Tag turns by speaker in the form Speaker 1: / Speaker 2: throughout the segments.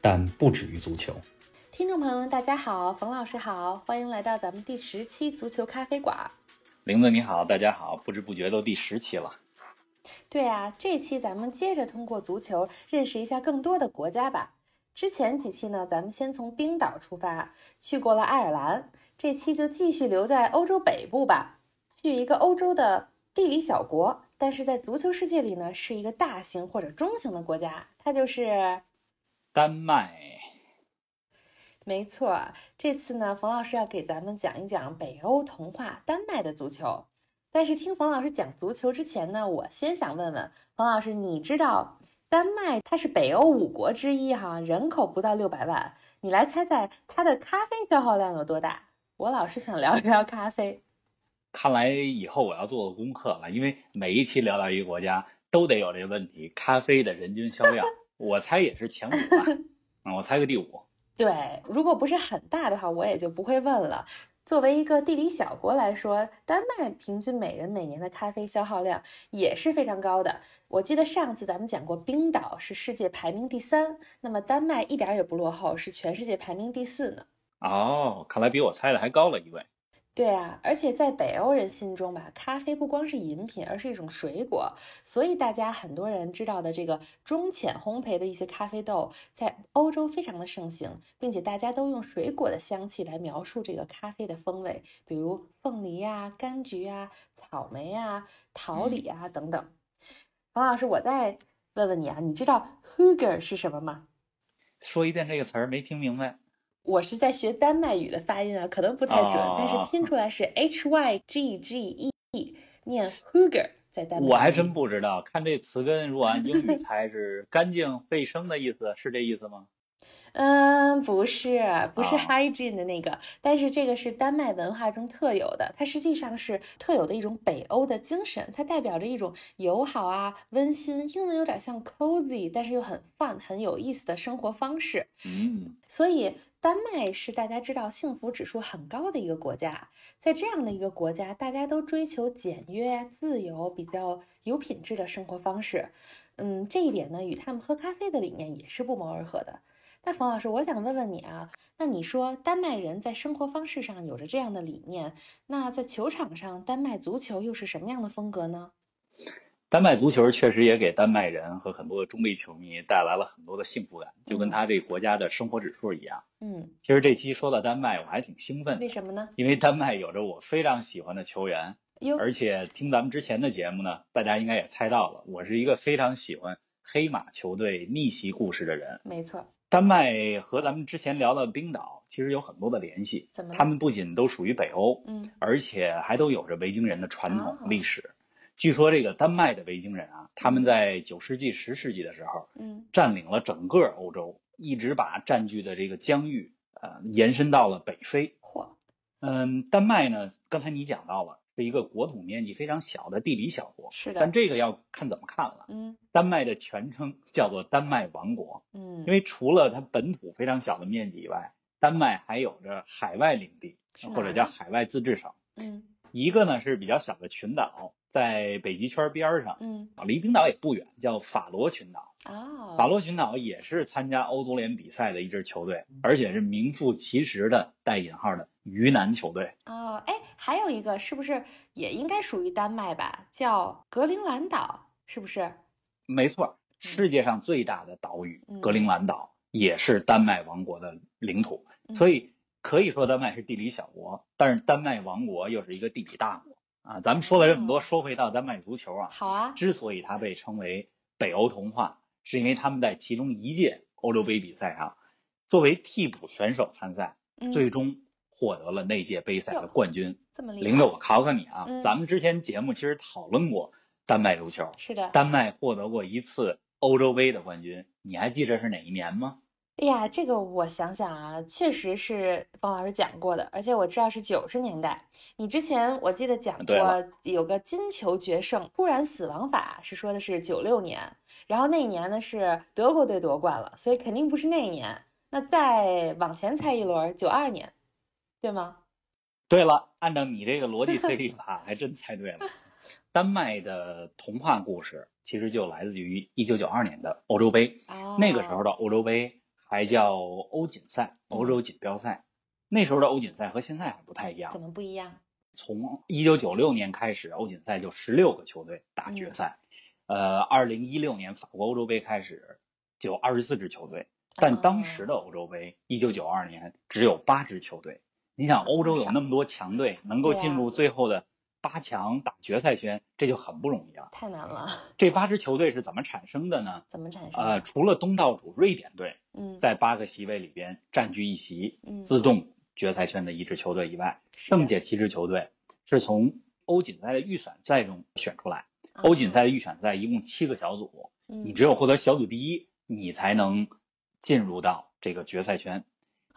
Speaker 1: 但不止于足球。
Speaker 2: 听众朋友们，大家好，冯老师好，欢迎来到咱们第十期足球咖啡馆。
Speaker 3: 玲子你好，大家好，不知不觉都第十期了。
Speaker 2: 对啊，这期咱们接着通过足球认识一下更多的国家吧。之前几期呢，咱们先从冰岛出发，去过了爱尔兰，这期就继续留在欧洲北部吧，去一个欧洲的地理小国，但是在足球世界里呢，是一个大型或者中型的国家，它就是
Speaker 3: 丹麦，
Speaker 2: 没错，这次呢，冯老师要给咱们讲一讲北欧童话丹麦的足球。但是听冯老师讲足球之前呢，我先想问问冯老师，你知道丹麦它是北欧五国之一哈，人口不到六百万，你来猜猜它的咖啡消耗量有多大？我老是想聊一聊咖啡。
Speaker 3: 看来以后我要做个功课了，因为每一期聊到一个国家都得有这个问题，咖啡的人均销量，我猜也是前五吧，嗯，我猜个第五。
Speaker 2: 对，如果不是很大的话，我也就不会问了。作为一个地理小国来说，丹麦平均每人每年的咖啡消耗量也是非常高的。我记得上次咱们讲过，冰岛是世界排名第三，那么丹麦一点儿也不落后，是全世界排名第四呢。
Speaker 3: 哦，看来比我猜的还高了一位。
Speaker 2: 对啊，而且在北欧人心中吧，咖啡不光是饮品，而是一种水果。所以大家很多人知道的这个中浅烘焙的一些咖啡豆，在欧洲非常的盛行，并且大家都用水果的香气来描述这个咖啡的风味，比如凤梨呀、柑橘呀、草莓呀、桃李呀等等。王老师，我再问问你啊，你知道 Huger 是什么吗？
Speaker 3: 说一遍这个词儿没听明白。
Speaker 2: 我是在学丹麦语的发音啊，可能不太准，
Speaker 3: 哦
Speaker 2: 但是拼出来 是 H Y G G E E，念 Huger，在丹麦语。
Speaker 3: 我还真不知道，看这词根，如果按英语猜是干净、卫生的意思，是这意思吗？
Speaker 2: 嗯，不是，不是
Speaker 3: 哦
Speaker 2: hygiene 的那个，但是这个是丹麦文化中特有的，它实际上是特有的一种北欧的精神，它代表着一种友好啊、温馨，英文有点像 cozy，但是又很 fun、很有意思的生活方式。
Speaker 3: 嗯，
Speaker 2: 所以，丹麦是大家知道幸福指数很高的一个国家。在这样的一个国家，大家都追求简约、自由、比较有品质的生活方式。嗯，这一点呢，与他们喝咖啡的理念也是不谋而合的。那冯老师，我想问问你啊，那你说丹麦人在生活方式上有着这样的理念，那在球场上，丹麦足球又是什么样的风格呢？
Speaker 3: 丹麦足球确实也给丹麦人和很多中立球迷带来了很多的幸福感，就跟他这个国家的生活指数一样。
Speaker 2: 嗯，
Speaker 3: 其实这期说到丹麦，我还挺兴奋的
Speaker 2: 为，什么呢？
Speaker 3: 因为丹麦有着我非常喜欢的球员，
Speaker 2: 哟，
Speaker 3: 而且听咱们之前的节目呢，大家应该也猜到了，我是一个非常喜欢黑马球队逆袭故事的人。
Speaker 2: 没错，
Speaker 3: 丹麦和咱们之前聊的冰岛其实有很多的联系
Speaker 2: 怎么，了
Speaker 3: 他们不仅都属于北欧，
Speaker 2: 嗯，
Speaker 3: 而且还都有着维京人的传统
Speaker 2: 哦
Speaker 3: 历史。据说这个丹麦的维京人啊，他们在九世纪、十世纪的时候
Speaker 2: 嗯，
Speaker 3: 占领了整个欧洲，一直把占据的这个疆域呃延伸到了北非。
Speaker 2: 嚯，
Speaker 3: 嗯，丹麦呢，刚才你讲到了，是一个国土面积非常小的地理小国，
Speaker 2: 是的
Speaker 3: 但，这个要看怎么看了。
Speaker 2: 嗯
Speaker 3: 丹麦的全称叫做丹麦王国，
Speaker 2: 嗯，
Speaker 3: 因为除了它本土非常小的面积以外，丹麦还有着海外领地
Speaker 2: 是哪儿呢
Speaker 3: 或者叫海外自治省。
Speaker 2: 嗯
Speaker 3: 一个呢是比较小的群岛，在北极圈边上，
Speaker 2: 嗯。
Speaker 3: 离冰岛也不远，叫法罗群岛。
Speaker 2: 哦，
Speaker 3: 法罗群岛也是参加欧足联比赛的一支球队，而且是名副其实的带引号的鱼腩球队。
Speaker 2: 哦，哎，还有一个是不是也应该属于丹麦吧？叫格陵兰岛，是不是？
Speaker 3: 没错，世界上最大的岛屿
Speaker 2: 嗯
Speaker 3: 格陵兰岛也是丹麦王国的领土。
Speaker 2: 嗯
Speaker 3: 所以可以说丹麦是地理小国，但是丹麦王国又是一个地理大国啊。咱们说了这么多，
Speaker 2: 哦
Speaker 3: 说回到丹麦足球啊，
Speaker 2: 好啊，
Speaker 3: 之所以它被称为北欧童话，是因为他们在其中一届欧洲杯比赛上，作为替补选手参赛，
Speaker 2: 嗯，
Speaker 3: 最终获得了那届杯赛的冠军。
Speaker 2: 这么厉
Speaker 3: 玲
Speaker 2: 害，
Speaker 3: 子，我考考你啊，
Speaker 2: 嗯
Speaker 3: 咱们之前节目其实讨论过丹麦足球，
Speaker 2: 是的，
Speaker 3: 丹麦获得过一次欧洲杯的冠军，你还记着是哪一年吗？
Speaker 2: 哎呀，这个我想想啊，确实是方老师讲过的，而且我知道是九十年代。你之前我记得讲
Speaker 3: 对
Speaker 2: 过
Speaker 3: 了
Speaker 2: 有个金球决胜突然死亡法，是说的是九六年，然后那一年呢是德国队夺冠了，所以肯定不是那一年。那再往前猜一轮，九二年，对吗？
Speaker 3: 对了，按照你这个逻辑推理法，还真猜对了。丹麦的童话故事其实就来自于1992年的欧洲杯，
Speaker 2: 啊，
Speaker 3: 那个时候的欧洲杯还叫欧锦赛、欧洲锦标赛。那时候的欧锦赛和现在还不太一
Speaker 2: 怎
Speaker 3: 样，
Speaker 2: 么不一样？
Speaker 3: 从1996年开始，欧锦赛就16个球队打决
Speaker 2: 嗯
Speaker 3: 赛。呃，2016年法国欧洲杯开始就24支球队，但当时
Speaker 2: 哦
Speaker 3: 的欧洲杯1992年只有八支球队。你想，
Speaker 2: 啊这么
Speaker 3: 欧洲有
Speaker 2: 少
Speaker 3: 那么多强队，能够
Speaker 2: 对
Speaker 3: 进
Speaker 2: 呀
Speaker 3: 入最后的八强打决赛圈，这就很不容易了。
Speaker 2: 太难了，
Speaker 3: 这八支球队是怎么产生的呢？
Speaker 2: 怎么产生
Speaker 3: 呃，
Speaker 2: 的？
Speaker 3: 除了东道主瑞典队
Speaker 2: 嗯
Speaker 3: 在八个席位里边占据一席，
Speaker 2: 嗯，
Speaker 3: 自动决赛圈的一支球队以外，
Speaker 2: 是
Speaker 3: 剩下七支球队是从欧锦赛的预选赛中选出来。
Speaker 2: 啊
Speaker 3: 欧锦赛的预选赛一共七个小组，你
Speaker 2: 嗯
Speaker 3: 只有获得小组第一，你才能进入到这个决赛
Speaker 2: 哦
Speaker 3: 圈。
Speaker 2: 是这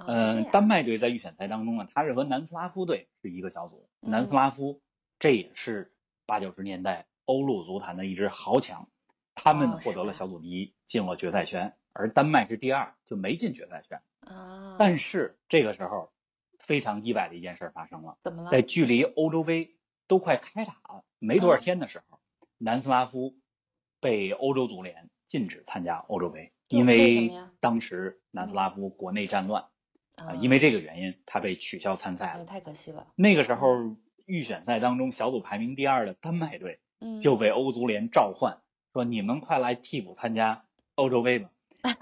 Speaker 3: 呃，
Speaker 2: 样
Speaker 3: 丹麦队在预选赛当中呢，他是和南斯拉夫队是一个小组。
Speaker 2: 嗯
Speaker 3: 南斯拉夫这也是八九十年代欧陆足坛的一支豪强，他
Speaker 2: 哦
Speaker 3: 们
Speaker 2: 是
Speaker 3: 获得
Speaker 2: 吧
Speaker 3: 了小组第一，进了决赛圈，而丹麦是第二，就没进决赛圈。
Speaker 2: 啊，
Speaker 3: 但是这个时候，非常意外的一件事发生了，
Speaker 2: 怎么了？
Speaker 3: 在距离欧洲杯都快开打了没多少
Speaker 2: 嗯
Speaker 3: 天的时候，南斯拉夫被欧洲足联禁止参加欧洲杯，
Speaker 2: 哟
Speaker 3: 因
Speaker 2: 为什么
Speaker 3: 为
Speaker 2: 呀
Speaker 3: 当时南斯拉夫国内战乱。啊，
Speaker 2: 啊，
Speaker 3: 因为这个原因，他被取消参赛
Speaker 2: 哎
Speaker 3: 了。
Speaker 2: 太可惜了，
Speaker 3: 那个时候预选赛当中，小组排名第二的丹麦队
Speaker 2: 嗯，
Speaker 3: 就被欧足联召唤，说你们快来替补参加欧洲 杯吧。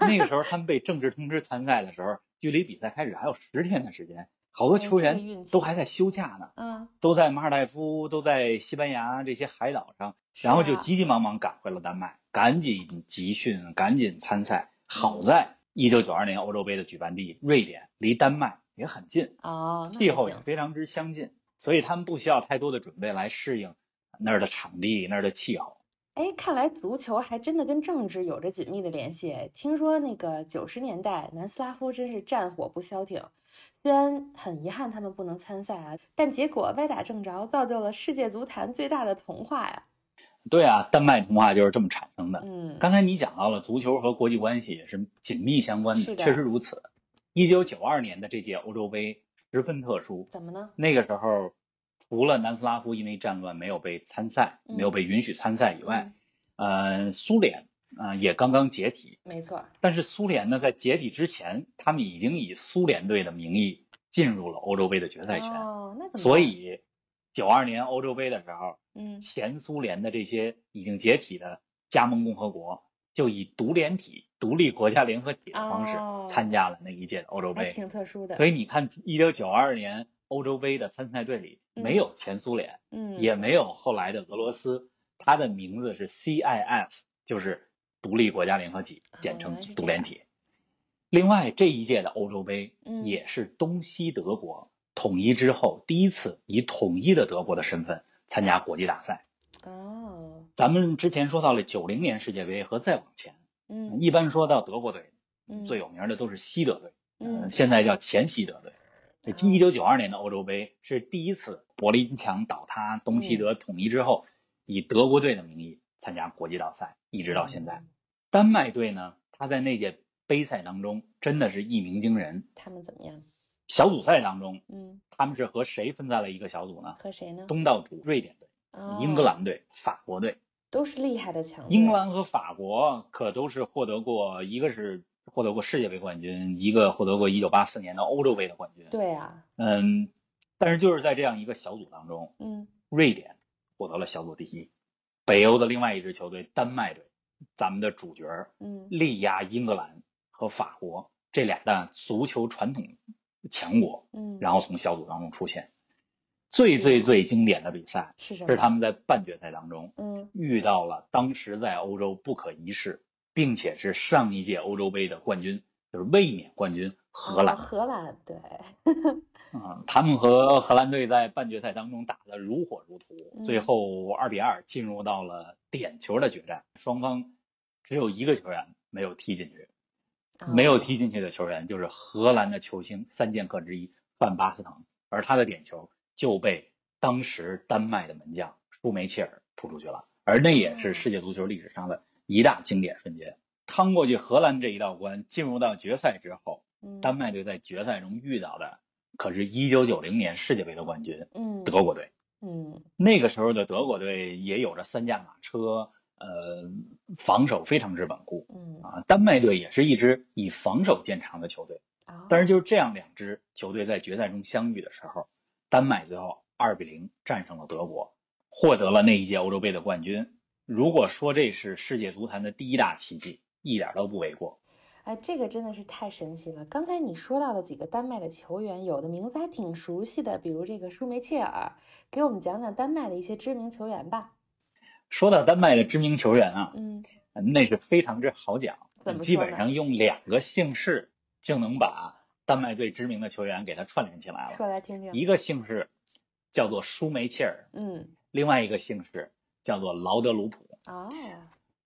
Speaker 3: 那个时候他们被正式通知参赛的时候，距离比赛开始还有十天的时间，好多
Speaker 2: 哎
Speaker 3: 球
Speaker 2: 这个
Speaker 3: 员
Speaker 2: 运气
Speaker 3: 都还在休假呢，
Speaker 2: 嗯，
Speaker 3: 都在马尔代夫，都在西班牙这些海岛上，
Speaker 2: 是
Speaker 3: 然后就
Speaker 2: 啊
Speaker 3: 急急忙忙赶回了丹麦，赶紧集训，赶紧参赛。好
Speaker 2: 嗯
Speaker 3: 在一九九二年欧洲杯的举办地瑞典离丹麦也很近，
Speaker 2: 哦，那
Speaker 3: 气
Speaker 2: 还
Speaker 3: 候也
Speaker 2: 行
Speaker 3: 非常之相近，所以他们不需要太多的准备来适应那儿的场地、那儿的气候。
Speaker 2: 哎，看来足球还真的跟政治有着紧密的联系哎。听说那个九十年代南斯拉夫真是战火不消停，虽然很遗憾他们不能参赛啊，但结果歪打正着，造就了世界足坛最大的童话呀。
Speaker 3: 对啊，丹麦童话就是这么产生的。
Speaker 2: 嗯，
Speaker 3: 刚才你讲到了足球和国际关系也是紧密相关
Speaker 2: 是的
Speaker 3: 的，确实如此。一九九二年的这届欧洲杯十分特殊，
Speaker 2: 怎么呢？
Speaker 3: 那个时候除了南斯拉夫因为战乱没有被参赛、
Speaker 2: 嗯
Speaker 3: 没有被允许参赛以外
Speaker 2: 嗯，，
Speaker 3: 呃，苏联啊、呃也刚刚解体，
Speaker 2: 没错儿，
Speaker 3: 但是苏联呢，在解体之前，他们已经以苏联队的名义进入了欧洲杯的决赛圈，
Speaker 2: 哦，那怎么
Speaker 3: 所
Speaker 2: 办，
Speaker 3: 以九二年欧洲杯的时候，
Speaker 2: 嗯，
Speaker 3: 前苏联的这些已经解体的加盟共和国就以独联体、独立国家联合体的方
Speaker 2: 哦
Speaker 3: 式参加了那一届的欧洲
Speaker 2: 还
Speaker 3: 杯。
Speaker 2: 挺特殊的，
Speaker 3: 所以你看，一九九二年欧洲杯的参赛队里
Speaker 2: 嗯
Speaker 3: 没有前苏联，
Speaker 2: 嗯，
Speaker 3: 也没有后来的俄罗斯，它的名字是 CIS，就是独立国家联合体，简
Speaker 2: 哦
Speaker 3: 称
Speaker 2: 原来是这
Speaker 3: 独联体。另外，这一届的欧洲杯
Speaker 2: 嗯
Speaker 3: 也是东西德国统一之后第一次以统一的德国的身份参加国际大赛。
Speaker 2: 哦，
Speaker 3: 咱们之前说到了九零年世界杯和再往前，
Speaker 2: 嗯，
Speaker 3: 一般说到德国队
Speaker 2: 嗯
Speaker 3: 最有名的都是西德队，
Speaker 2: 嗯
Speaker 3: 呃，现在叫前西德队。
Speaker 2: 哦
Speaker 3: 一九九二年的欧洲杯是第一次柏林墙倒塌、东西
Speaker 2: 嗯
Speaker 3: 德统一之后，以德国队的名义参加国际大赛，一直到现在。
Speaker 2: 嗯
Speaker 3: 丹麦队呢，他在那届杯赛当中真的是一鸣惊人。
Speaker 2: 他们怎么样？
Speaker 3: 小组赛当中，
Speaker 2: 嗯，
Speaker 3: 他们是和谁分在了一个小组呢？
Speaker 2: 和谁呢？
Speaker 3: 东道主瑞典队、英格
Speaker 2: 哦
Speaker 3: 兰队、法国队。
Speaker 2: 都是厉害的强队，
Speaker 3: 英格兰和法国可都是获得过，一个是获得过世界杯冠军，一个获得过一九八四年的欧洲杯的冠军。
Speaker 2: 对啊，
Speaker 3: 嗯，但是就是在这样一个小组当中，
Speaker 2: 嗯，
Speaker 3: 瑞典获得了小组第一，北欧的另外一支球队丹麦队，咱们的主角儿
Speaker 2: 嗯，
Speaker 3: 力压英格兰和法国这俩的足球传统强国，
Speaker 2: 嗯，
Speaker 3: 然后从小组当中出现。最最最经典的比赛
Speaker 2: 是什么？
Speaker 3: 是他们在半决赛当中
Speaker 2: 嗯，
Speaker 3: 遇到了当时在欧洲不可一世，并且是上一届欧洲杯的冠军，就是卫冕冠军荷兰
Speaker 2: 哦。荷兰对，
Speaker 3: 嗯，他们和荷兰队在半决赛当中打得如火如荼，最
Speaker 2: 嗯
Speaker 3: 后二比二进入到了点球的决战，双方只有一个球员没有踢进去。
Speaker 2: 啊
Speaker 3: 没
Speaker 2: 哦
Speaker 3: 有踢进去的球员就是荷兰的球星三剑客之一范巴斯滕，而他的点球就被当时丹麦的门将舒梅切尔扑出去了，而那也是世界足球历史上的一大经典瞬间。趟过去荷兰这一道关，进入到决赛之后，
Speaker 2: 嗯
Speaker 3: 丹麦队在决赛中遇到的可是1990年世界杯的冠军
Speaker 2: 嗯
Speaker 3: 德国队。
Speaker 2: 嗯
Speaker 3: 那个时候的德国队也有着三驾马车，呃，防守非常之稳固
Speaker 2: 嗯
Speaker 3: 啊。丹麦队也是一支以防守见长的球队。
Speaker 2: 啊，
Speaker 3: 但是就是这样两支球队在决赛中相遇的时候，丹麦最后二比零战胜了德国，获得了那一届欧洲杯的冠军。如果说这是世界足坛的第一大奇迹，一点都不为过。
Speaker 2: 哎，这个真的是太神奇了！刚才你说到的几个丹麦的球员，有的名字还挺熟悉的，比如这个舒梅切尔，给我们讲讲丹麦的一些知名球员吧。
Speaker 3: 说到丹麦的知名球员啊，
Speaker 2: 嗯，
Speaker 3: 那是非常之好讲
Speaker 2: 怎么，说呢
Speaker 3: 基本上用两个姓氏就能把丹麦最知名的球员给他串联起来了。
Speaker 2: 说来听听。
Speaker 3: 一个姓氏叫做舒梅切尔，
Speaker 2: 嗯，
Speaker 3: 另外一个姓氏叫做劳德鲁普。
Speaker 2: 哦，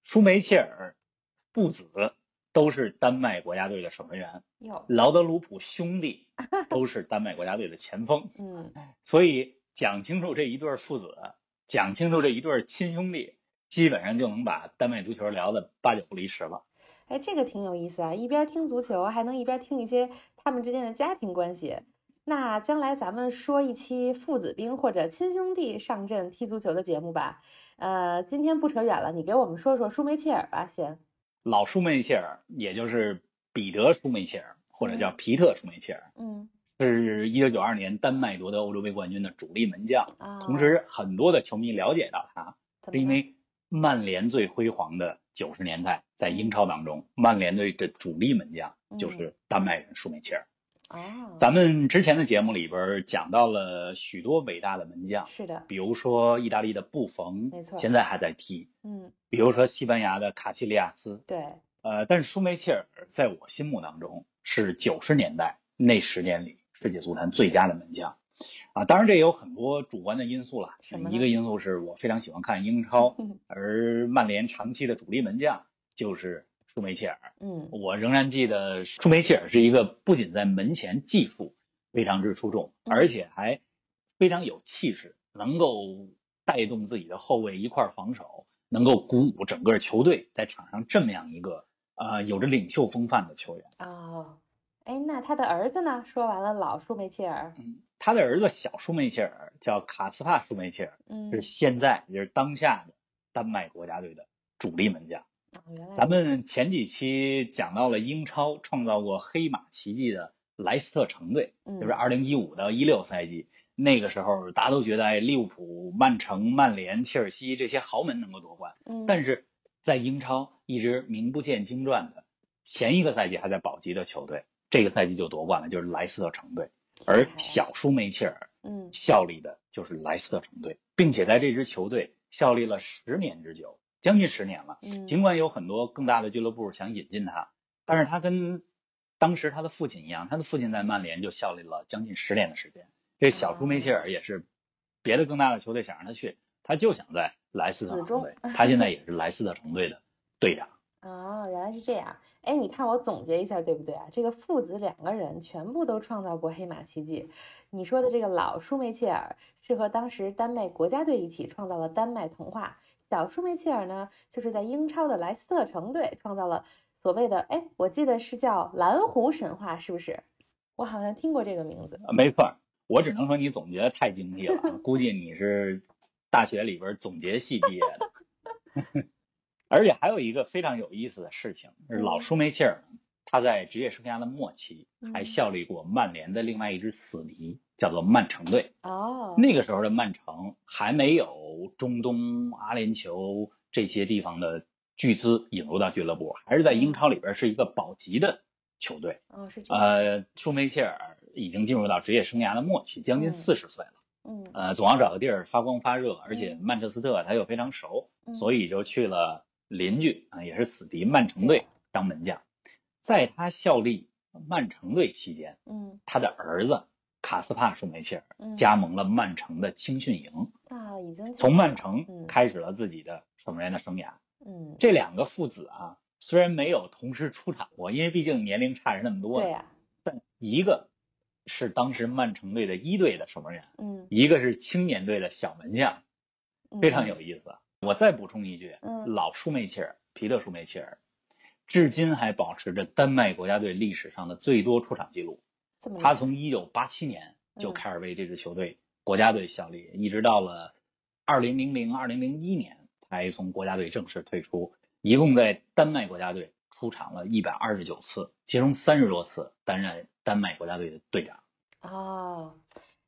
Speaker 3: 舒梅切尔父子都是丹麦国家队的守门员，
Speaker 2: 哟，
Speaker 3: 劳德鲁普兄弟都是丹麦国家队的前锋。
Speaker 2: 嗯
Speaker 3: 所以讲清楚这一对儿父子，讲清楚这一对儿亲兄弟，基本上就能把丹麦足球聊得八九不离十了。
Speaker 2: 哎，这个挺有意思啊！一边听足球，还能一边听一些他们之间的家庭关系。那将来咱们说一期父子兵或者亲兄弟上阵踢足球的节目吧。呃，今天不扯远了，你给我们说说舒梅切尔吧，先。
Speaker 3: 老舒梅切尔，也就是彼得舒梅切尔，或者叫皮特舒梅切尔，
Speaker 2: 嗯
Speaker 3: 是一九九二年丹麦夺得欧洲杯冠军的主力门将。
Speaker 2: 啊，
Speaker 3: 同时，很多的球迷了解到他，
Speaker 2: 怎
Speaker 3: 是
Speaker 2: 么
Speaker 3: 因
Speaker 2: 了
Speaker 3: 为曼联最辉煌的九十年代，在英超当中，
Speaker 2: 嗯
Speaker 3: 曼联队的主力门将就是丹麦人舒梅切尔。
Speaker 2: 啊，
Speaker 3: 咱们之前的节目里边讲到了许多伟大的门将，
Speaker 2: 是的，
Speaker 3: 比如说意大利的布冯，
Speaker 2: 没错
Speaker 3: 现在还在踢；
Speaker 2: 嗯，
Speaker 3: 比如说西班牙的卡西利亚斯，
Speaker 2: 对，
Speaker 3: 呃，但是舒梅切尔在我心目当中是九十年代那十年里世界足坛最佳的门将。啊，当然这也有很多主观的因素啦
Speaker 2: 什么。呢
Speaker 3: 一个因素是我非常喜欢看 英超，
Speaker 2: 嗯
Speaker 3: 而曼联长期的主力门将就是舒梅切尔。
Speaker 2: 嗯
Speaker 3: 我仍然记得舒梅切尔是一个不仅在门前技术非常之出众，
Speaker 2: 嗯
Speaker 3: 而且还非常有气势，能够带动自己的后卫一块儿防守，能够鼓舞整个球队在场上这么样一个呃有着领袖风范的球员。
Speaker 2: 哦，哎，那他的儿子呢？说完了老舒梅切尔，
Speaker 3: 他的儿子小舒梅切尔叫卡斯帕舒梅切尔，
Speaker 2: 嗯，
Speaker 3: 是现在也就是当下的丹麦国家队的主力门将。
Speaker 2: 哦原来
Speaker 3: 咱
Speaker 2: 如此
Speaker 3: 们前几期讲到了英超创造过黑马奇迹的莱斯特城队，
Speaker 2: 嗯
Speaker 3: 就是二零一五到一六赛季那个时候，大家都觉得哎，利物浦、曼城、曼联、切尔西这些豪门能够夺冠，
Speaker 2: 嗯，
Speaker 3: 但是在英超一直名不见经传的，前一个赛季还在保级的球队，这个赛季就夺冠了，就是莱斯特城队。而
Speaker 2: 厉害
Speaker 3: 小舒梅切尔
Speaker 2: 嗯
Speaker 3: 效力的就是莱斯特城队，并且在这支球队效力了十年之久，将近十年了。
Speaker 2: 嗯，
Speaker 3: 尽管有很多更大的俱乐部想引进他，但是他跟当时他的父亲一样，他的父亲在曼联就效力了将近十年的时间。这小舒梅切
Speaker 2: 哦
Speaker 3: 尔也是别的更大的球队想让他去，他就想在莱斯特城队
Speaker 2: 死忠，
Speaker 3: 他 现在也是莱斯特城队的队长。
Speaker 2: 哦，原来是这样。哎，你看我总结一下，对不对啊？这个父子两个人全部都创造过黑马奇迹。你说的这个老舒梅切尔是和当时丹麦国家队一起创造了丹麦童话，小舒梅切尔呢，就是在英超的莱斯特城队创造了所谓的，哎，我记得是叫蓝狐神话，是不是？我好像听过这个名字。
Speaker 3: 呃没错儿，我只能说你总结的太精辟了啊， 估计你是大学里边总结系毕业的。 而且还有一个非常有意思的事情，是老
Speaker 2: 嗯
Speaker 3: 舒梅切尔他在职业生涯的末期还
Speaker 2: 嗯
Speaker 3: 效力过曼联的另外一支死敌，叫做曼城队。
Speaker 2: 哦，
Speaker 3: 那个时候的曼城还没有中东、阿联酋这些地方的巨资引入到俱乐部，还是在
Speaker 2: 嗯
Speaker 3: 英超里边是一个保级的球队。
Speaker 2: 哦是这样，
Speaker 3: 呃，舒梅切尔已经进入到职业生涯的末期，将
Speaker 2: 嗯
Speaker 3: 近四十岁了。
Speaker 2: 嗯
Speaker 3: 呃，总要找个地儿发光发热，而且
Speaker 2: 嗯
Speaker 3: 曼彻斯特他又非常熟，
Speaker 2: 嗯
Speaker 3: 所以就去了邻居啊、也是死敌曼城队当门将。在他效力曼城队期间，
Speaker 2: 嗯
Speaker 3: 他的儿子卡斯帕舒梅切尔
Speaker 2: 嗯，
Speaker 3: 加盟了曼城的青训营，
Speaker 2: 啊已经
Speaker 3: 从曼
Speaker 2: 进
Speaker 3: 城
Speaker 2: 嗯
Speaker 3: 开始了自己的守门员的生涯。
Speaker 2: 嗯
Speaker 3: 这两个父子啊，虽然没有同时出场过，因为毕竟年龄差人那么多，
Speaker 2: 对啊呀、
Speaker 3: 但一个是当时曼城队的一队的守门员，
Speaker 2: 嗯，
Speaker 3: 一个是青年队的小门将，
Speaker 2: 嗯
Speaker 3: 非常有意思。我再补充一句，
Speaker 2: 嗯
Speaker 3: 老舒梅切尔，皮特舒梅切尔，至今还保持着丹麦国家队历史上的最多出场记录。
Speaker 2: 这么厉
Speaker 3: 他
Speaker 2: 害
Speaker 3: 从一九八七年
Speaker 2: 嗯
Speaker 3: 就开始为这支球队、国家队效力，一直到了二零零零二零零一年才从国家队正式退出，一共在丹麦国家队出场了一百二十九次，其中三十多次担任丹麦国家队的队长。
Speaker 2: 哦，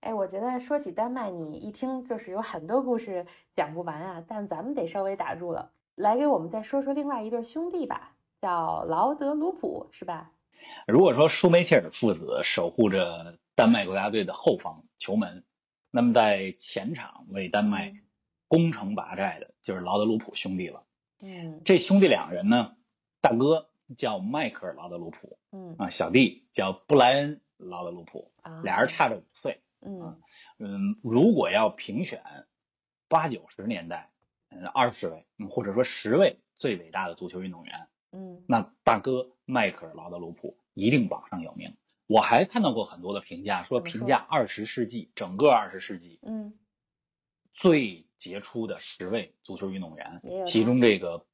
Speaker 2: 哎，我觉得说起丹麦，你一听就是有很多故事讲不完啊，但咱们得稍微打住了，来给我们再说说另外一对兄弟吧，叫劳德鲁普是吧？
Speaker 3: 如果说舒梅切尔父子守护着丹麦国家队的后方球门，那么在前场为丹麦
Speaker 2: 嗯
Speaker 3: 攻城拔寨的就是劳德鲁普兄弟了。
Speaker 2: 嗯
Speaker 3: 这兄弟两人呢，大哥叫迈克尔·劳德鲁普
Speaker 2: 嗯
Speaker 3: 啊，小弟叫布莱恩·劳德鲁普，
Speaker 2: 啊，
Speaker 3: 俩人差着五岁。
Speaker 2: 嗯
Speaker 3: 嗯，如果要评选八九十年代，嗯，二十位嗯或者说十位最伟大的足球运动员，
Speaker 2: 嗯
Speaker 3: 那大哥迈克尔·劳德鲁普一定榜上有名。我还看到过很多的评价，说
Speaker 2: 怎么
Speaker 3: 评
Speaker 2: 说
Speaker 3: 价二十世纪整个二十世纪
Speaker 2: 嗯
Speaker 3: 最杰出的十位足球运动员
Speaker 2: 也有，
Speaker 3: 其
Speaker 2: 他
Speaker 3: 中这个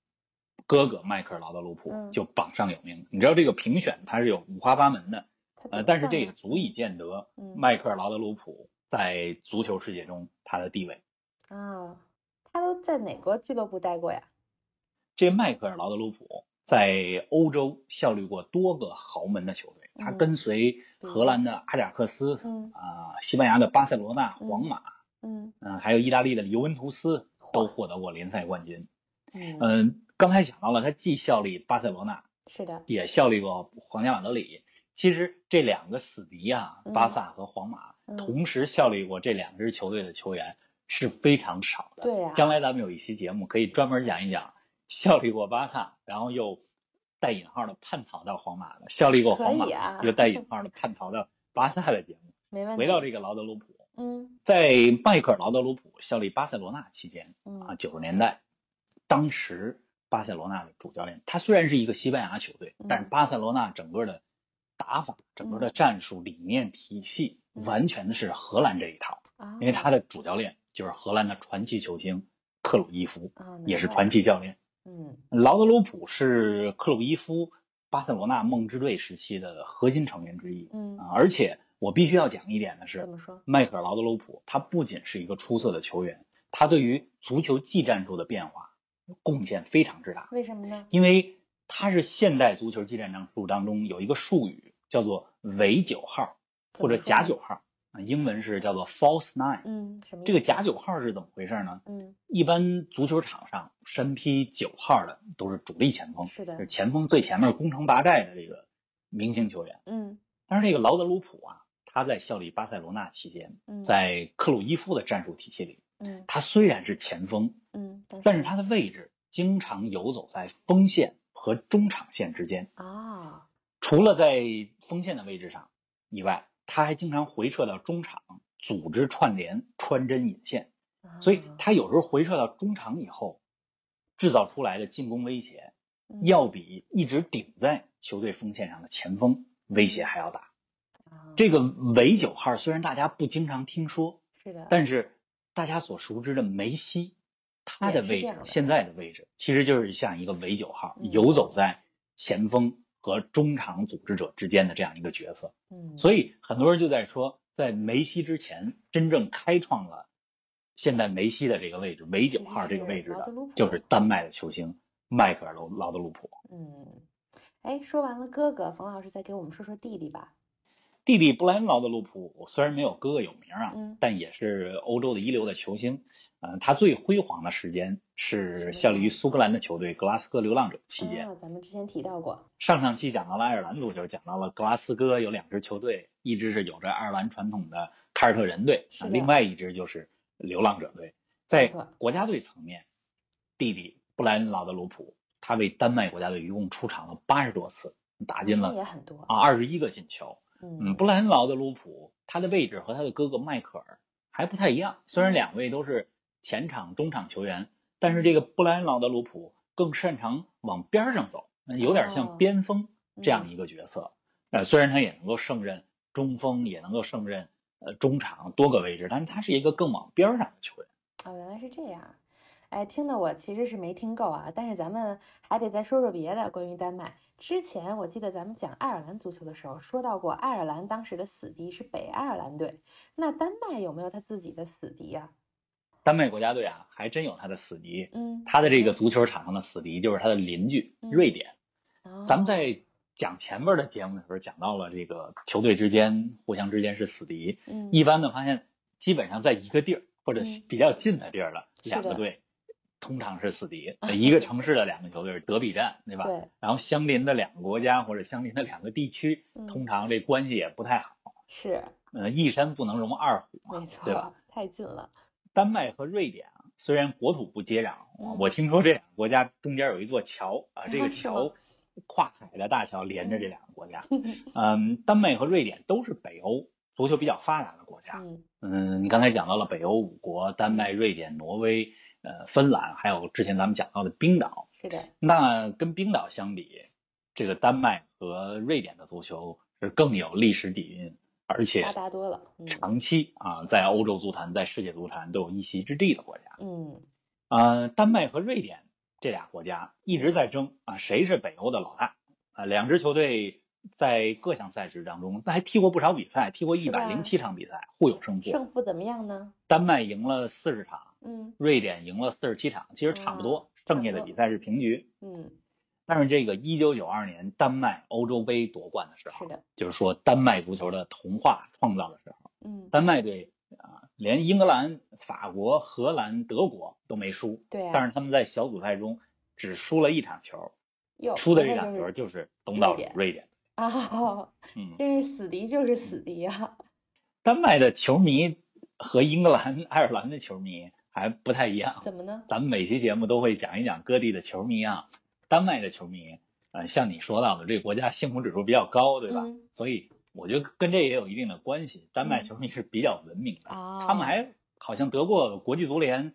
Speaker 3: 哥哥迈克尔·劳德鲁普
Speaker 2: 嗯
Speaker 3: 就榜上有名。你知道这个评选它是有五花八门的，
Speaker 2: 他怎
Speaker 3: 呃，
Speaker 2: 么
Speaker 3: 但是
Speaker 2: 算
Speaker 3: 这也
Speaker 2: 呢
Speaker 3: 足以见得
Speaker 2: 嗯
Speaker 3: 迈克尔·劳德鲁普在足球世界中他的地位。
Speaker 2: 啊，他都在哪个俱乐部待过呀？
Speaker 3: 这迈克尔·劳德鲁普在欧洲效力过多个豪门的球队，他
Speaker 2: 嗯
Speaker 3: 跟随荷兰的阿贾克斯啊、
Speaker 2: 嗯
Speaker 3: 西班牙的巴塞罗那、
Speaker 2: 嗯
Speaker 3: 皇马，
Speaker 2: 嗯
Speaker 3: 嗯、还有意大利的尤文图斯
Speaker 2: 嚯
Speaker 3: 都获得过联赛冠军。
Speaker 2: 嗯，
Speaker 3: 嗯、刚才讲到了，他既效力巴塞罗那，
Speaker 2: 是的，
Speaker 3: 也效力过皇家马德里。其实这两个死敌啊，
Speaker 2: 嗯
Speaker 3: 巴萨和皇马、
Speaker 2: 嗯
Speaker 3: 同时效力过这两支球队的球员是非常少的。
Speaker 2: 对呀
Speaker 3: 将来咱们有一期节目可以专门讲一讲效力过巴萨，然后又带引号的叛逃到皇马的，效力过皇马、
Speaker 2: 可以啊
Speaker 3: 又带引号的叛逃到巴萨的节目。
Speaker 2: 没问题。
Speaker 3: 回到这个劳德鲁普，
Speaker 2: 嗯
Speaker 3: 在迈克尔·劳德鲁普效力巴塞罗那期间，
Speaker 2: 嗯
Speaker 3: 啊，九十年代，当时巴塞罗那的主教练，他虽然是一个西班牙球队
Speaker 2: 嗯，
Speaker 3: 但是巴塞罗那整个的打法、整个的战术理念体系，
Speaker 2: 嗯
Speaker 3: 完全的是荷兰这一套，
Speaker 2: 啊，
Speaker 3: 因为他的主教练就是荷兰的传奇球星克鲁伊夫，
Speaker 2: 啊
Speaker 3: 也
Speaker 2: 难
Speaker 3: 是
Speaker 2: 怪
Speaker 3: 传奇教练。
Speaker 2: 嗯
Speaker 3: 劳德鲁普是克鲁伊夫巴塞罗那梦之队时期的核心成员之一
Speaker 2: 嗯
Speaker 3: 啊，而且我必须要讲一点的是
Speaker 2: 怎，么说？
Speaker 3: 迈克尔·劳德鲁普，他不仅是一个出色的球员，他对于足球技战术的变化贡献非常之大，
Speaker 2: 为什么呢？
Speaker 3: 因为他是现代足球技战术当中有一个术语叫做“伪九号”
Speaker 2: 怎
Speaker 3: 或
Speaker 2: 么
Speaker 3: 者“
Speaker 2: 说
Speaker 3: 假
Speaker 2: 呢
Speaker 3: 九号”，啊，英文是叫做 “false nine”。
Speaker 2: 嗯，什么
Speaker 3: 这个
Speaker 2: 意思
Speaker 3: 假九号是怎么回事呢？
Speaker 2: 嗯
Speaker 3: 一般足球场上身披九号的都是主力前锋，
Speaker 2: 是的
Speaker 3: 就是前锋最前面攻城拔寨的这个明星球员。
Speaker 2: 嗯
Speaker 3: 但是这个劳德鲁普啊，他在效力巴塞罗那期间，
Speaker 2: 嗯
Speaker 3: 在克鲁伊夫的战术体系里，
Speaker 2: 嗯
Speaker 3: 他虽然是前锋，
Speaker 2: 嗯，
Speaker 3: 但是他的位置经常游走在锋线和中场线之间。
Speaker 2: 啊
Speaker 3: 除了在锋线的位置上以外，他还经常回撤到中场，组织串联、穿针引线。所以
Speaker 2: 啊
Speaker 3: 他有时候回撤到中场以后，制造出来的进攻威胁，
Speaker 2: 嗯
Speaker 3: 要比一直顶在球队锋线上的前锋威胁还要大。
Speaker 2: 啊
Speaker 3: 这个伪九号虽然大家不经常听说，
Speaker 2: 是的，
Speaker 3: 但是大家所熟知的梅西，他的
Speaker 2: 也是
Speaker 3: 位
Speaker 2: 这
Speaker 3: 置
Speaker 2: 样的
Speaker 3: 现在的位置其实就是像一个伪九号，
Speaker 2: 嗯
Speaker 3: 游走在前锋和中场组织者之间的这样一个角色。
Speaker 2: 嗯，
Speaker 3: 所以很多人就在说，在梅西之前，真正开创了现在梅西的这个位置伪九号这个位置
Speaker 2: 其实是劳德
Speaker 3: 的
Speaker 2: 鲁普，
Speaker 3: 就是丹麦的球星迈克尔劳劳德鲁普。
Speaker 2: 嗯，哎，说完了哥哥，冯老师再给我们说说弟弟吧。
Speaker 3: 弟弟布莱恩·劳德鲁普虽然没有哥哥有名啊，
Speaker 2: 嗯
Speaker 3: 但也是欧洲的一流的球星。嗯、他最辉煌的时间是效力于苏格兰的球队格拉斯哥流浪者期间。
Speaker 2: 啊，咱们之前提到过，
Speaker 3: 上上期讲到了爱尔兰足球，讲到了格拉斯哥有两支球队，一支是有着爱尔兰传统的凯尔特人队，
Speaker 2: 是
Speaker 3: 啊，
Speaker 2: 的
Speaker 3: 另外一支就是流浪者队。
Speaker 2: 没
Speaker 3: 在
Speaker 2: 错
Speaker 3: 国家队层面，弟弟布莱恩·劳德鲁普，他为丹麦国家队一共出场了八十多次，打进
Speaker 2: 那
Speaker 3: 了
Speaker 2: 也很多
Speaker 3: 啊，二十一个进球。嗯，
Speaker 2: 嗯
Speaker 3: 布莱恩·劳德鲁普他的位置和他的哥哥迈克尔还不太一样，虽然两位都是前场、中场球员，但是这个布莱恩·劳德鲁普更擅长往边儿上走，嗯有点像边锋这样一个角色。呃，虽然他也能够胜任中锋，也能够胜任呃中场多个位置，但是他是一个更往边儿上的球员。
Speaker 2: 哦，原来是这样。哎，听的我其实是没听够啊，但是咱们还得再说说别的关于丹麦。之前我记得咱们讲爱尔兰足球的时候说到过，爱尔兰当时的死敌是北爱尔兰队。那丹麦有没有他自己的死敌啊呀、
Speaker 3: 丹麦国家队啊，还真有他的死敌，
Speaker 2: 嗯，
Speaker 3: 他的这个足球场上的死敌就是他的邻居
Speaker 2: 嗯
Speaker 3: 瑞典。
Speaker 2: 哦，
Speaker 3: 咱们在讲前面的节目的时候讲到了这个球队之间互相之间是死敌，
Speaker 2: 嗯
Speaker 3: 一般的发现基本上在一个地儿或者
Speaker 2: 嗯
Speaker 3: 比较近的地儿了，
Speaker 2: 是的
Speaker 3: 两个队通常是 死敌，一个城市的两个球队德比战，对吧？
Speaker 2: 对，
Speaker 3: 然后相邻的两个国家或者相邻的两个地区，
Speaker 2: 嗯
Speaker 3: 通常这关系也不太好。
Speaker 2: 是
Speaker 3: 呃，一山不能容二虎嘛，
Speaker 2: 没错，
Speaker 3: 对吧？
Speaker 2: 太近了。
Speaker 3: 丹麦和瑞典啊，虽然国土不接壤，
Speaker 2: 嗯
Speaker 3: 我听说这两个国家中间有一座桥啊，这 个
Speaker 2: 是吗
Speaker 3: 桥跨海的大桥连着这两个国家。 嗯，丹麦和瑞典都是北欧足球比较发达的国家。
Speaker 2: 嗯
Speaker 3: 嗯，你刚才讲到了北欧五国，丹麦、瑞典、挪威、呃，芬兰，还有之前咱们讲到的冰岛。
Speaker 2: 是的，
Speaker 3: 那跟冰岛相比，这个丹麦和瑞典的足球是更有历史底蕴，而且
Speaker 2: 发达多了。嗯
Speaker 3: 长期啊，在欧洲足坛、在世界足坛都有一席之地的国家。
Speaker 2: 嗯，
Speaker 3: 呃，丹麦和瑞典这俩国家一直在争啊，谁是北欧的老大啊？两支球队在各项赛事当中，那还踢过不少比赛，踢过一
Speaker 2: 是吧
Speaker 3: 百零七场比赛，互有胜负。
Speaker 2: 胜负怎么样呢？
Speaker 3: 丹麦赢了四十场，
Speaker 2: 嗯
Speaker 3: 瑞典赢了四十七场，其实差不多，剩
Speaker 2: 哦差
Speaker 3: 下
Speaker 2: 不
Speaker 3: 的
Speaker 2: 多
Speaker 3: 比赛是平局。
Speaker 2: 嗯，
Speaker 3: 但是这个一九九二年丹麦欧洲杯夺冠的
Speaker 2: 是
Speaker 3: 时候，
Speaker 2: 的，
Speaker 3: 就是啊说丹麦足球的童话创造的时候。
Speaker 2: 嗯，
Speaker 3: 丹麦队啊，连英格兰、法国、荷兰、德国都没输，
Speaker 2: 对啊。
Speaker 3: 但是他们在小组赛中只输了一场球，
Speaker 2: 哟，
Speaker 3: 输的这
Speaker 2: 那
Speaker 3: 场
Speaker 2: 哦就
Speaker 3: 球
Speaker 2: 是
Speaker 3: 就是东道主瑞典。
Speaker 2: 啊、
Speaker 3: 嗯，
Speaker 2: 真是死敌就是死敌啊！
Speaker 3: 丹麦的球迷和英格兰、 爱尔兰的球迷还不太一样。
Speaker 2: 怎么呢？
Speaker 3: 咱们每期节目都会讲一讲各地的球迷啊，丹麦的球迷，呃，像你说到的，这个国家幸福指数比较高，对吧？
Speaker 2: 嗯
Speaker 3: 所以我觉得跟这也有一定的关系。丹麦球迷是比较文明的，
Speaker 2: 啊，
Speaker 3: 他们还好像得过国际足联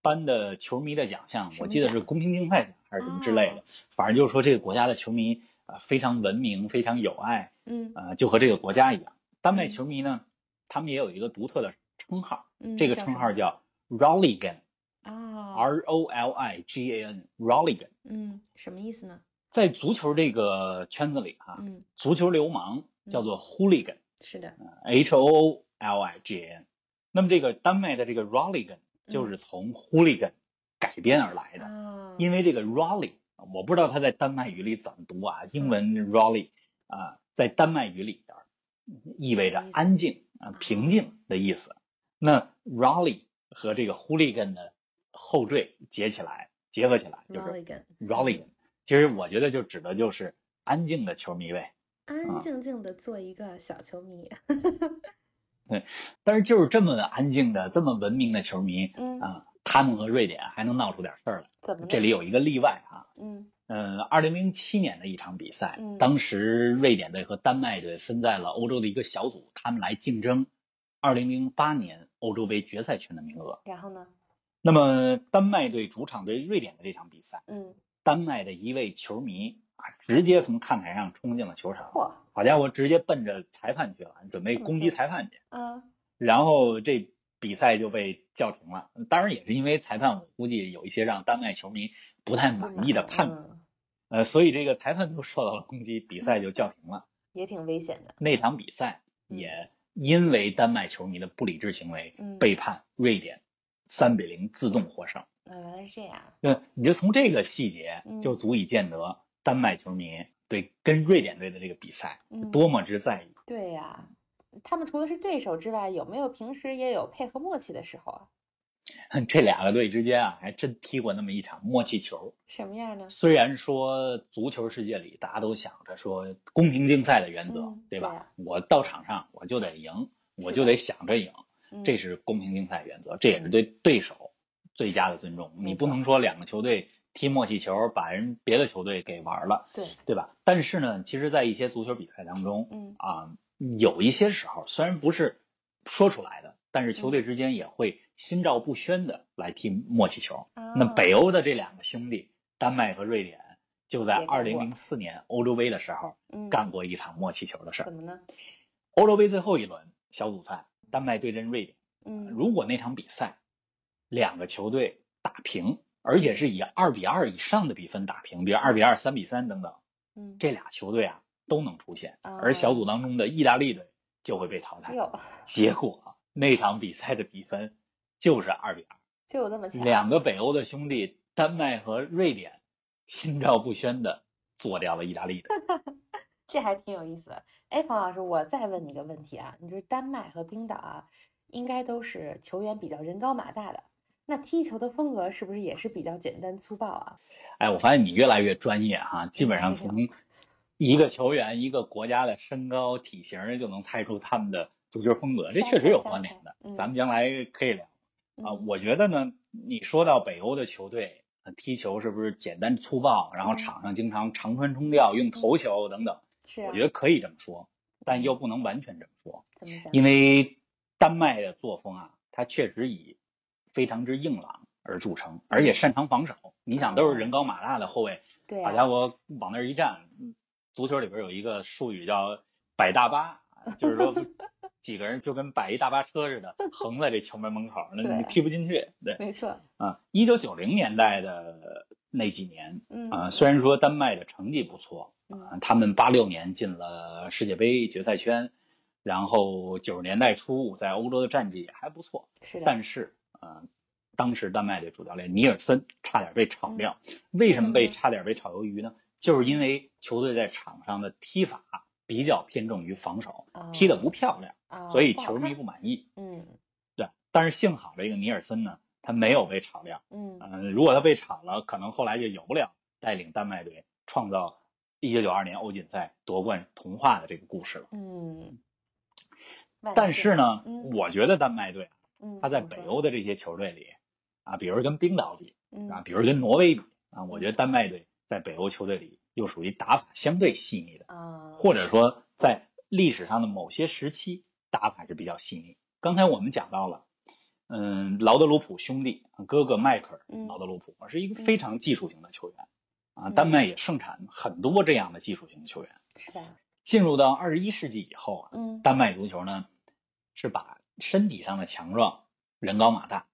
Speaker 3: 颁的球迷的奖项
Speaker 2: 什，么
Speaker 3: 我记得是
Speaker 2: 奖哦
Speaker 3: 公平竞赛奖还是什么之类的。反正就是说，这个国家的球迷啊、呃非常文明，非常有爱，
Speaker 2: 嗯
Speaker 3: 呃，就和这个国家一样。丹麦
Speaker 2: 嗯
Speaker 3: 球迷呢，他们也有一个独特的称号，
Speaker 2: 嗯，
Speaker 3: 这个
Speaker 2: 叫
Speaker 3: 称
Speaker 2: 什
Speaker 3: 号
Speaker 2: 么
Speaker 3: 叫 Rolligan，R
Speaker 2: 啊
Speaker 3: O L I G A N，Rolligan。
Speaker 2: 嗯，什么意思呢？
Speaker 3: 在足球这个圈子里啊，
Speaker 2: 嗯，
Speaker 3: 足球流氓叫做 Hooligan。
Speaker 2: 是的，
Speaker 3: H O L I G A N。那么这个丹麦的这个 Rolligan 就是从 Hooligan 改编而来的，
Speaker 2: 啊，
Speaker 3: 因为这个 Rolly，我不知道它在丹麦语里怎么读啊，英文 Rolly 啊，在丹麦语里边儿意味着安静啊、平静的意思。那 Rolly 和这个 Hooligan 的后缀结起来，结合起来就是
Speaker 2: Rolligan
Speaker 3: Rolligan。其实我觉得就指的就是安静的球迷呗。
Speaker 2: 安安
Speaker 3: 啊
Speaker 2: 静静的做一个小球迷，
Speaker 3: 但是就是这么安静的、这么文明的球迷，
Speaker 2: 嗯，
Speaker 3: 啊，他们和瑞典还能闹出点事儿来。
Speaker 2: 怎么
Speaker 3: 这
Speaker 2: 了
Speaker 3: 里有一个例外啊，
Speaker 2: 嗯
Speaker 3: 呃，二零零七年的一场比赛，
Speaker 2: 嗯
Speaker 3: 当时瑞典队和丹麦队分在了欧洲的一个小组，他们来竞争二零零八年欧洲杯决赛圈的名额。
Speaker 2: 然后呢？
Speaker 3: 那么丹麦队主场对瑞典的这场比赛，
Speaker 2: 嗯，
Speaker 3: 丹麦的一位球迷啊，直接从看台上冲进了球场，
Speaker 2: 嚯
Speaker 3: 好家伙，直接奔着裁判去了，准备攻击裁判去。
Speaker 2: 啊，
Speaker 3: 然后这比赛就被叫停了。当然也是因为裁判，我估计有一些让丹麦球迷不太
Speaker 2: 不
Speaker 3: 满意的
Speaker 2: 满
Speaker 3: 判，
Speaker 2: 嗯
Speaker 3: 呃，所以这个裁判都受到了攻击，比赛就叫停了。
Speaker 2: 也挺危险的，
Speaker 3: 那场比赛也因为丹麦球迷的不理智行为，
Speaker 2: 嗯，
Speaker 3: 被判瑞典三比零自动获胜。
Speaker 2: 啊，原来是这样，
Speaker 3: 那你就从这个细节
Speaker 2: 嗯
Speaker 3: 就足以见得丹麦球迷对跟瑞典队的这个比赛
Speaker 2: 嗯，
Speaker 3: 多么之在意。
Speaker 2: 对呀。他们除了是对手之外，有没有平时也有配合默契的时候啊？
Speaker 3: 这两个队之间啊，还真踢过那么一场默契球。
Speaker 2: 什么样呢？
Speaker 3: 虽然说足球世界里大家都想着说公平竞赛的原则，
Speaker 2: 嗯
Speaker 3: 对吧？
Speaker 2: 对啊
Speaker 3: 我到场上我就得赢，
Speaker 2: 的
Speaker 3: 我就得想着赢，
Speaker 2: 嗯
Speaker 3: 这是公平竞赛原则，这也是对对手最佳的尊重。
Speaker 2: 没
Speaker 3: 你
Speaker 2: 错
Speaker 3: 不能说两个球队踢默契球，把人别的球队给玩了，
Speaker 2: 对，
Speaker 3: 对吧？但是呢，其实，在一些足球比赛当中
Speaker 2: 嗯
Speaker 3: 啊、有一些时候虽然不是说出来的，但是
Speaker 2: 嗯
Speaker 3: 球队之间也会心照不宣的来踢默契球。
Speaker 2: 啊，
Speaker 3: 那北欧的这两个兄弟，丹麦和瑞典，就在
Speaker 2: 也干过
Speaker 3: 二零零四年欧洲杯的时候
Speaker 2: 嗯，
Speaker 3: 干过一场摸气球的事儿
Speaker 2: 怎。么呢？
Speaker 3: 欧洲杯最后一轮小组赛，丹麦对阵瑞典。
Speaker 2: 嗯，
Speaker 3: 如果那场比赛两个球队打平，而且是以二比二以上的比分打平，比如二比二、三比三等等，
Speaker 2: 嗯，
Speaker 3: 这俩球队啊都能出现，
Speaker 2: 哦
Speaker 3: 而小组当中的意大利队就会被淘汰。
Speaker 2: 哟，
Speaker 3: 结果那场比赛的比分就是二比二，
Speaker 2: 就有这么巧，
Speaker 3: 两个北欧的兄弟丹麦和瑞典心照不宣的做掉了意大利队。
Speaker 2: 这还挺有意思的。哎，冯老师，我再问你一个问题啊，你说丹麦和冰岛啊，应该都是球员比较人高马大的，那踢球的风格是不是也是比较简单粗暴啊？
Speaker 3: 哎，我发现你越来越专业哈、基本上从一个球员、一个国家的身高、体型就能猜出他们的足球风格，这确实有关联的
Speaker 2: 瞎猜瞎猜嗯。
Speaker 3: 咱们将来可以聊啊。
Speaker 2: 嗯
Speaker 3: 我觉得呢，你说到北欧的球队呃踢球是不是简单粗暴，然后场上经常长传冲吊、用头球等等，
Speaker 2: 是啊，
Speaker 3: 我觉得可以这么说，但又不能完全这么说。
Speaker 2: 怎么讲？
Speaker 3: 因为丹麦的作风啊，它确实以非常之硬朗而著称，而且擅长防守。你想，都是人高马大的后卫，
Speaker 2: 对
Speaker 3: 把
Speaker 2: 啊，
Speaker 3: 家伙往那儿一站，嗯足球里边有一个术语叫“摆大巴”，就 是说几个人就跟摆一大巴车似的，横在这球门门口，那
Speaker 2: 对啊
Speaker 3: 你踢不进去。对
Speaker 2: 没错，
Speaker 3: 啊，一九九零年代的那几年
Speaker 2: 嗯
Speaker 3: 啊，虽然说丹麦的成绩不错，
Speaker 2: 嗯
Speaker 3: 啊，他们八六年进了世界杯决赛圈，然后九十年代初在欧洲的战绩也还不错，
Speaker 2: 是的，
Speaker 3: 但是啊、呃当时丹麦的主教练尼尔森差点被炒掉。为什么
Speaker 2: 嗯为什
Speaker 3: 被
Speaker 2: 么呢
Speaker 3: 差点被炒鱿鱼呢？就是因为球队在场上的踢法比较偏重于防守，踢得不漂亮，
Speaker 2: 啊，
Speaker 3: 所以
Speaker 2: 哦不好
Speaker 3: 球迷
Speaker 2: 看
Speaker 3: 不满意。
Speaker 2: 嗯
Speaker 3: 对，但是幸好这个尼尔森呢，他没有被炒掉。
Speaker 2: 嗯
Speaker 3: 嗯、如果他被炒了，可能后来就有不了带领丹麦队创造1992年欧锦赛夺冠童话的这个故事了。
Speaker 2: 嗯，万
Speaker 3: 但
Speaker 2: 幸
Speaker 3: 是，呢，
Speaker 2: 嗯
Speaker 3: 我觉得丹麦队啊
Speaker 2: 嗯，
Speaker 3: 他在
Speaker 2: 怎么
Speaker 3: 北
Speaker 2: 说
Speaker 3: 欧的这些球队里，啊，比如跟冰岛比
Speaker 2: 嗯
Speaker 3: 啊，比如跟挪威比啊，我觉得丹麦队在北欧球队里又属于打法相对细腻的，
Speaker 2: 啊，
Speaker 3: 或者说在历史上的某些时期打法是比较细腻。刚才我们讲到了，嗯，劳德鲁普兄弟哥哥迈克尔
Speaker 2: 嗯
Speaker 3: 劳德鲁普是一个非常技术型的球员啊，丹
Speaker 2: 嗯
Speaker 3: 麦也盛产很多这样的技术型球员。
Speaker 2: 是吧？
Speaker 3: 进入到二十一世纪以后啊，
Speaker 2: 嗯，
Speaker 3: 丹麦足球呢，是把身体上的强壮、人高马大、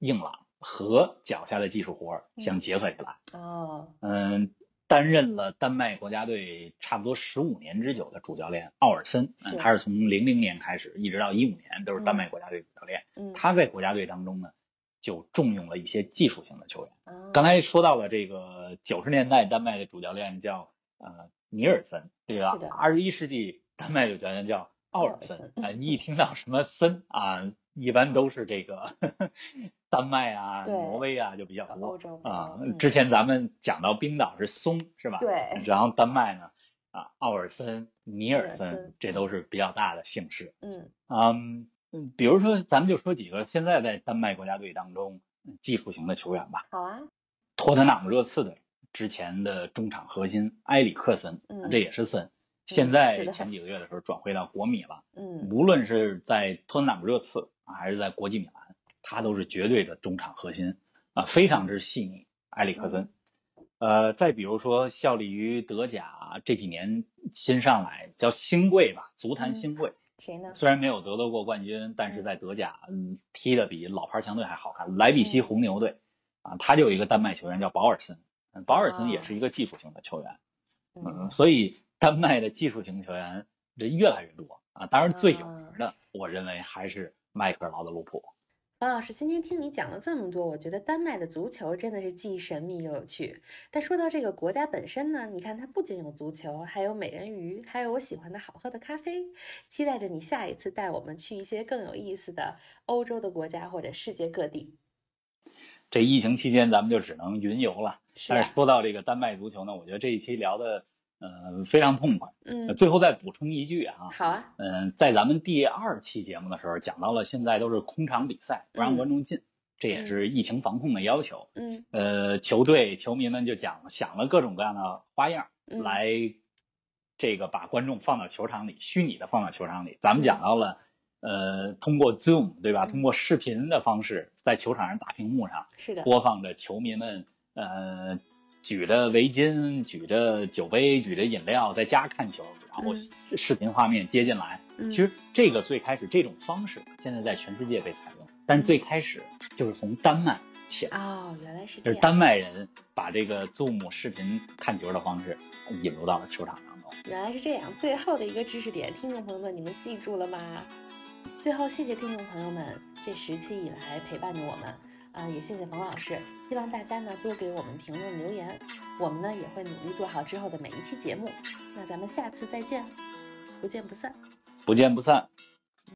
Speaker 3: 硬朗和脚下的技术活儿
Speaker 2: 嗯
Speaker 3: 相结合起来。
Speaker 2: 哦，
Speaker 3: 嗯，担任了丹麦国家队差不多十五年之久的主教练奥尔森，
Speaker 2: 是
Speaker 3: 嗯，他是从零零年开始一直到一五年都是丹麦国家队主教练。
Speaker 2: 嗯，
Speaker 3: 他在国家队当中呢，就重用了一些技术性的球员。
Speaker 2: 啊
Speaker 3: 刚才说到了这个九十年代丹麦的主教练叫呃尼尔森，这个
Speaker 2: 是的
Speaker 3: 二十一世纪丹麦主教练叫奥尔森
Speaker 2: 奥尔森
Speaker 3: 啊、你一听到什么森啊，一般都是这个 丹麦啊、
Speaker 2: 对
Speaker 3: 挪威啊就比较
Speaker 2: 呃
Speaker 3: 多
Speaker 2: 欧洲
Speaker 3: 啊
Speaker 2: 嗯。
Speaker 3: 之前咱们讲到冰岛是松是吧？
Speaker 2: 对，
Speaker 3: 然后丹麦呢啊，奥尔森、尼尔
Speaker 2: 尼尔森
Speaker 3: 森，这都是比较大的姓氏。
Speaker 2: 嗯
Speaker 3: 嗯，嗯比如说咱们就说几个现在在丹麦国家队当中嗯技术型的球员吧。
Speaker 2: 好啊，
Speaker 3: 托特纳姆热刺队之前的中场核心埃里克森，
Speaker 2: 嗯
Speaker 3: 这也是森。现在
Speaker 2: 是的
Speaker 3: 前几个月的时候转会到国米了，
Speaker 2: 嗯，
Speaker 3: 无论是在托特纳姆热刺啊还是在国际米兰，他都是绝对的中场核心啊，非常之细腻。埃里克森，呃，再比如说效力于德甲这几年新上来叫新贵吧，足坛新贵，
Speaker 2: 谁呢？
Speaker 3: 虽然没有得到过冠军，但是在德甲，嗯，踢得比老牌强队还好看。莱比锡红牛队，啊，他就有一个丹麦球员叫保尔森，嗯保尔森也是一个技术型的球员，
Speaker 2: 嗯，
Speaker 3: 所以丹麦的技术型球员这越来越多啊。当然最有名的，我认为还是迈克尔劳德鲁普。
Speaker 2: 呃王老师，今天听你讲了这么多，我觉得丹麦的足球真的是既神秘又有趣。但说到这个国家本身呢，你看它不仅有足球，还有美人鱼，还有我喜欢的好喝的咖啡。期待着你下一次带我们去一些更有意思的欧洲的国家或者世界各地。
Speaker 3: 这疫情期间，咱们就只能云游了。
Speaker 2: 是
Speaker 3: 但
Speaker 2: 啊
Speaker 3: 是，说到这个丹麦足球呢，我觉得这一期聊的，呃，非常痛快。
Speaker 2: 嗯，
Speaker 3: 最后再补充一句啊，
Speaker 2: 好啊，
Speaker 3: 嗯，在咱们第二期节目的时候讲到了，现在都是空场比赛，不让观众进，这也是疫情防控的要求。
Speaker 2: 嗯
Speaker 3: 呃，球队球迷们就讲想了各种各样的花样、
Speaker 2: 嗯，
Speaker 3: 来，这个把观众放到球场里，虚拟的放到球场里。咱们讲到了，呃，通过 Zoom 对吧？
Speaker 2: 嗯
Speaker 3: 通过视频的方式，在球场上大屏幕上
Speaker 2: 是的，
Speaker 3: 播放着球迷们呃举着围巾、举着酒杯、举着饮料，在家看球，然后视频画面接进
Speaker 2: 嗯
Speaker 3: 来。其实这个最开始这种方式现在在全世界被采用，但是最
Speaker 2: 嗯
Speaker 3: 开始就是从丹麦起来的。
Speaker 2: 哦，原来是
Speaker 3: 就
Speaker 2: 这
Speaker 3: 是
Speaker 2: 样，
Speaker 3: 丹麦人把这个 Zoom 视频看球的方式引入到了球场当中。
Speaker 2: 原来是这样。最后的一个知识点，听众朋友们，你们记住了吗？最后，谢谢听众朋友们这十期以来陪伴着我们，呃，也谢谢冯老师。希望大家呢多给我们评论留言，我们呢也会努力做好之后的每一期节目。那咱们下次再见，不见不散。
Speaker 3: 不见不散。